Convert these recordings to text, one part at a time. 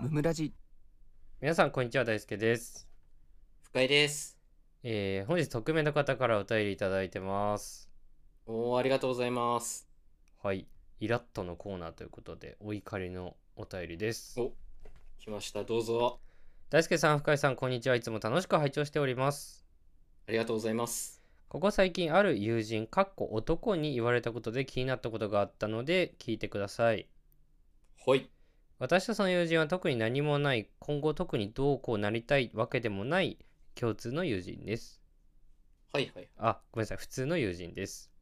ムラジ皆さん、こんにちは。大輔です。深井です。えー、本日、匿名の方からお便りいただいてます。おお、ありがとうございます。はい。イラッとのコーナーということで、お怒りのお便りです。お来ました。どうぞ。大輔さん、深井さん、こんにちは。いつも楽しく拝聴しております。ありがとうございます。ここ最近、ある友人、かっこ男に言われたことで気になったことがあったので、聞いてください。ほい。私とその友人は特に何もない、今後特にどうこうなりたいわけでもない共通の友人です。はいはい。あ、ごめんなさい。普通の友人です。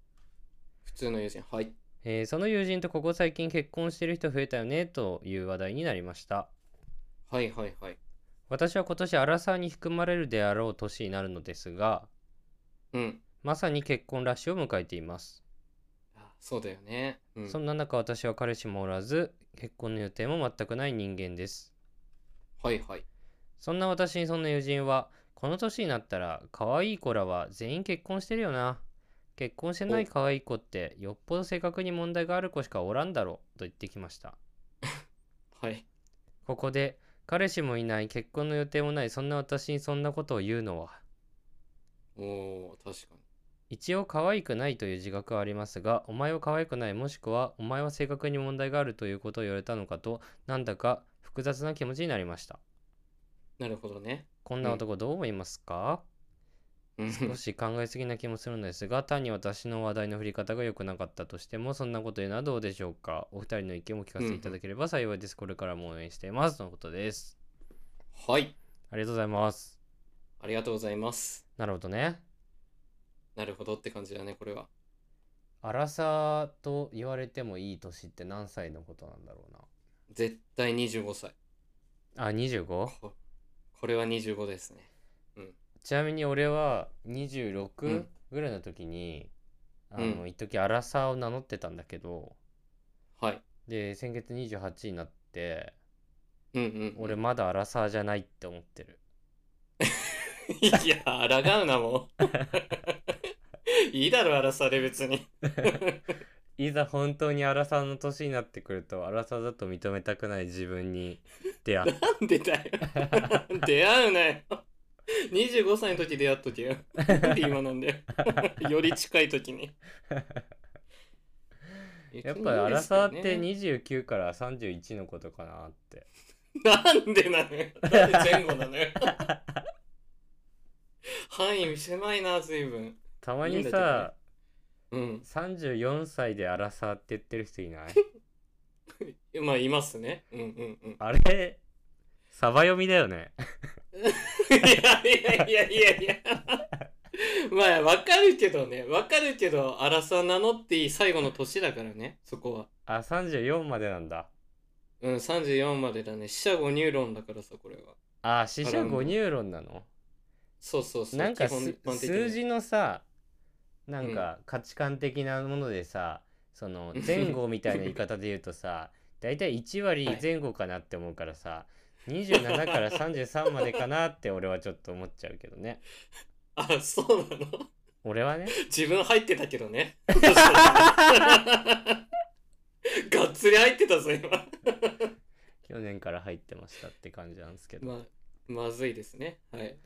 普通の友人。はい。えーその友人とここ最近結婚してる人増えたよねという話題になりましたはいはいはい。私は今年アラサーに含まれるであろう年になるのですがうん。まさに結婚ラッシュを迎えています、あそうだよね。うん。そんな中私は彼氏もおらず結婚の予定も全くない人間ですはいはい。そんな私にそんな友人はこの年になったら可愛い子らは全員結婚してるよな結婚してないお可愛い子ってよっぽど性格に問題がある子しかおらんだろうと言ってきましたはい。ここで彼氏もいない結婚の予定もないそんな私にそんなことを言うのはおお、確かに。一応可愛くないという自覚はありますがお前は可愛くないもしくはお前は性格に問題があるということを言われたのかとなんだか複雑な気持ちになりましたなるほどね。こんな男どう思いますか、うん。少し考えすぎな気もするのですが単に私の話題の振り方が良くなかったとしてもそんなこと言うのはどうでしょうかお二人の意見も聞かせていただければ幸いですこれからも応援していますとのことですはい。ありがとうございますありがとうございます。なるほどねなるほどって感じだね、これは。アラサーと言われてもいい年って何歳のことなんだろう絶対25歳。な。あ、25? ここれは25ですね。ちなみに俺はう26んぐらいの時に、んあの、一時アラサーを名乗ってたんだけど、はい。で、先月28になって、うんうん。俺まだアラサーじゃないって思ってる。いや、抗うな、 もう。いいだろ、荒され、別に。いざ本当にアラサーの年になってくると、アラサーだと認めたくない自分に出 会っなんでだよ。 出会うなよ。25歳の時出会っとけよ。なんで今なんだ よ。より近い時に。やっぱりアラサーって29から31のことかなって。なんでなのよ。なんで前後なのよ。 範囲狭いな、随分。たまにいいんだけどねさ、うん。 34歳でアラサーって言ってる人い ないまあ、いますね。うんうんうん。あれサバ読みだよねいやいやいやいやいや。まあ、わかるけどね。わかるけど、アラサー名乗っていい最後の年だからね、そこは。あ34までなんだうん、34までだね。四捨五入論だからさ、これは。あ四捨五入論なのそうそうそう。なんか基本す一般的に数字のさなんか価値観的なものでさ、その 前後みたいな言い方で言うとさ大体1割前後かなって思うからさ、27から33までかなって俺はちょっと思っちゃうけどねあ、そうなの 俺はね自分入ってたけ どね。がっつり入ってたぞ、 今。去年から入ってましたって感じなんですけど、まあ、まずいですね。はい。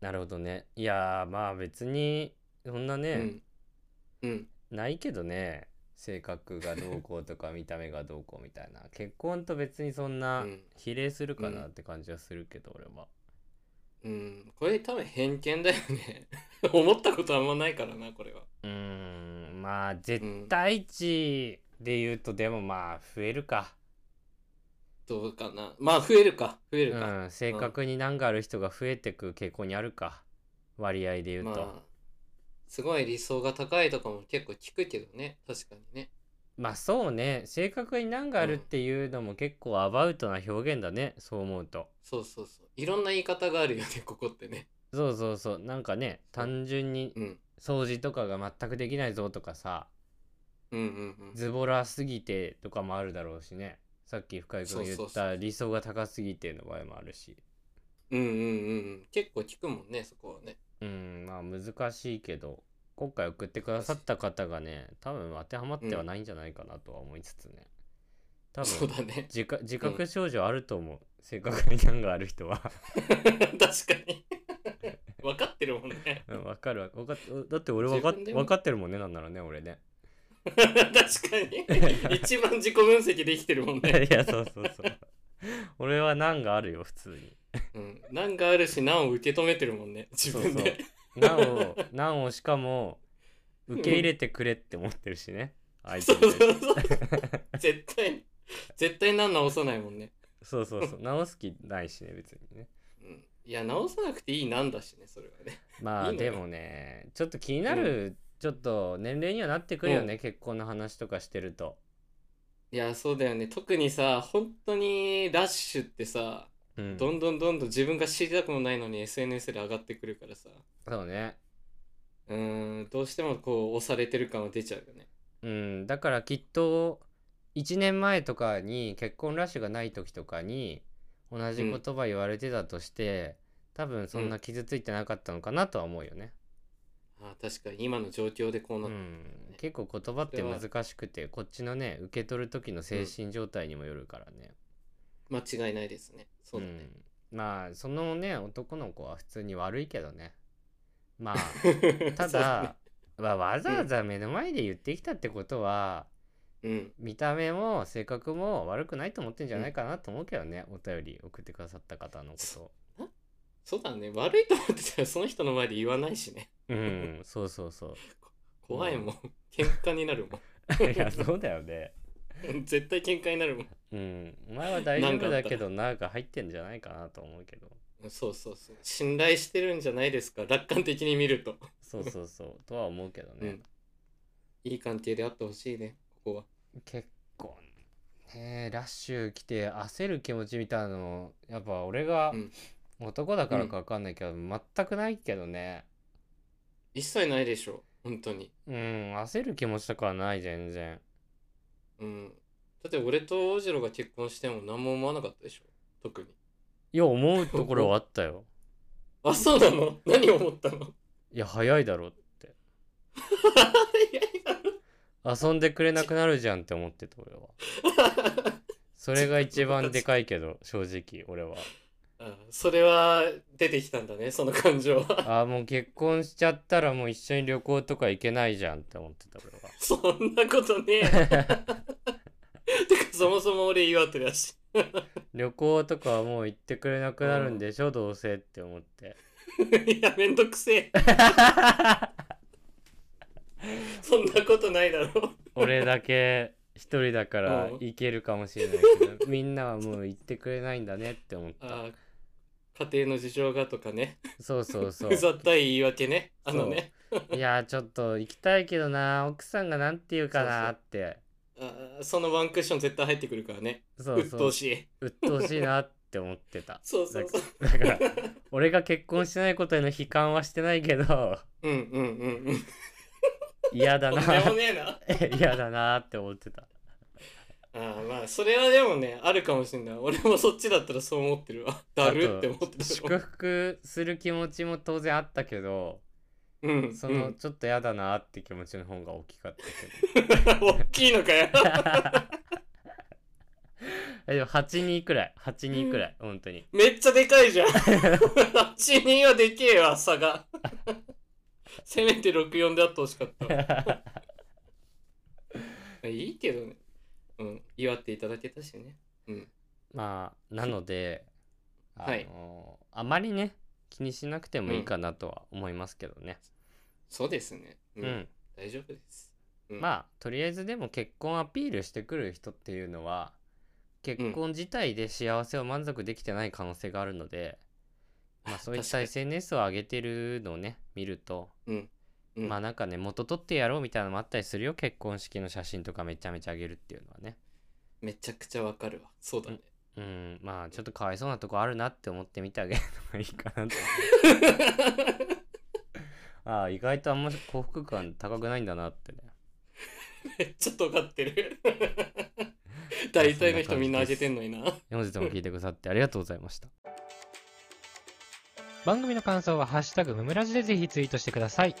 なるほどねいやーまあ別にそんなね、うん。うん。ないけどね性格がどうこうと か見た目がどうこうみたいな結婚と別にそんなうん比例するかなうっんて感じはするけど、俺はうん。これ多分偏見だよね。 思ったことあんまないからな、これは。うーんまあう絶ん。対値で言うとでもまあ増えるか、どうかな。まあ、増えるか。増えうるか。ん、性格に難がある人が増えてく傾向にあるか割合で言うと、まあ、すごい理想が高いとかも結構聞くけどね。確かにね。まあそうね性格に難があるっうんていうのも結構アバウトな表現だねそう思うとそうそうそう。いろんな言い方があるよね、こ こってね。そうそうそうなんかね単純にうん。掃除とかが全くできないぞとかさうんうんうん。ズボラすぎてとかもあるだろうしねさっき深井君言そっうそうそたう理想が高すぎての場合もあるしうんうんうんうん。結構聞くもんね、そこはね。うんまあ難しいけど今回送ってくださった方がね多分当てはまってはないんじゃないかなとは思いつつね、多そう分だね。 自覚自覚症状あると思う、正確に難がある人は 確か に。分かってるもんね。 うんわかるわわかっだって俺わかっ自分でもわかってるもんねなんならね俺ね確 かに。一番自己分析できてるもんね。いやそうそうそう俺は難があるよ普通にうん。難があるし、難を受け止めてるもんね。自分で。難を難をしかも受け入れてくれって思ってるしね相手そうにそうそう。 絶対、絶対難直さないもんね。そうそうそう直す気ないしね別にねうん。いや、直さなくていい難だしね、それはね。まあいいのでよもねちょっと気になる、ちょっと年齢にはなってくるよね、結婚の話とかしてるといや、そうだよね。特にさ、本当にラッシュってさ、うんどんどんどんどん自分が知りたくもないのに SNS で上がってくるからさ。そうねうーん、どうしてもこう、押されてる感は出ちゃうよね。うんだからきっと1年前とかに結婚ラッシュがない時とかに同じうん言葉言われてたとして、多分そんな傷ついてなかったのかなとは思うよね、あー確かに今の状況でこうなうっん、結構言葉ってそれは難しくてこっちのね受け取る時の精神状態にもよるからね、間違いないですね。そうだね。うん、まあそのね男の子は普通に悪いけどねまあ たそうだ、ねまあわざわざ目の前で言ってきたってことは、うん。見た目も性格も悪くないと思ってんじゃないかなと思うけどね、お便り送ってくださった方のこそうだね。悪いと思ってたらその人の前で言わないしね。とうんそうそうそ怖いもん。喧嘩になるもういやそうだよねん。 絶対喧嘩になるもん。うんお前は大丈夫だけどなんか入ってんじゃないかなと思うけどそうそうそう。信頼してるんじゃないですか。楽観的に見ると。そうそう そうとは思うけどね、いい関係であってほしいね。ここは。結構ねラッシュ来て焦る気持ちみたいなのやっぱ俺がうん男だからか分かんないけど、全くないけどね一切ないでしょ。本当に。うん焦る気持ちとかはない全然うん。だって俺と大次郎が結婚しても何も思わなかったでしょ。特に。いや思うところはあったよあ、そうなの何思ったのいや早いだろって遊んでくれなくなるじゃんって思ってた俺はそれが一番でかいけ ど正直俺は あそれは出てきたんだね、その感情は。 ああもう結婚しちゃったらもう一緒に旅行とか行けないじゃんって思ってた俺はそんなこと ねえ。てか、そもそも俺岩手だし。 旅行とかはもう行ってくれなくなるんでしょ、どうせって思っていや、めんどくせ え。そんなことないだろう。俺だけ一人だからうん行けるかもしれないけ どみんなはもう行ってくれないんだねって思ったあ家庭の事情がとかね。そうそうそう うざったい言い訳ね。あのね。いやちょっと行きたいけどな奥さんがなんて言うかなってあそのワンクッション絶対入ってくるからね。そう鬱そう陶しい。鬱陶しいなって思ってたそうそうそう。だから俺が結婚してないことへの悲観はしてないけ どうんうんうんうん。嫌だとなんでもねえな。 嫌だなって思ってたああまあそれはでもねあるかもしれない俺もそっちだったらそう思ってるわだるって思ってあとた祝福する気持ちも当然あったけどうんそうんのちょっと嫌だなって気持ちの方が大きかった大きいのか よけどでも8人くらい8人くらい本当に めっちゃでかいじゃん8人はでけえわ差がせめて64であってほしかったわいいけどねうん祝っていただけたしねまあなのであはいのあまりね気にしなくてもいいかなとは思いますけどねそうですねう、うんん、大丈夫ですまあとりあえずでも結婚アピールしてくる人っていうのは結婚自体で幸せを満足できてない可能性があるので、まあ、そういっ確たかに SNS を上げてるのをね見るとうんまあなんかね元取ってやろうみたいなのもあったりするよ結婚式の写真とかめちゃめちゃあげるっていうのはねめちゃくちゃわかるわそうだね、うんまあちょっとかわいそうなとこあるなって思ってみてあげるのがいいかなとああ意外とあんま幸福感高くないんだなってねめっ ちゃ尖ってる大体の人みんな上げてんのにな本日も聞いてくださってありがとうございました番組の感想は「ハッシュタグむむらじ」でぜひツイートしてくださいチ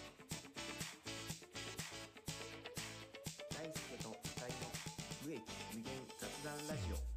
大輔と二人の無益無限雑談ラジオ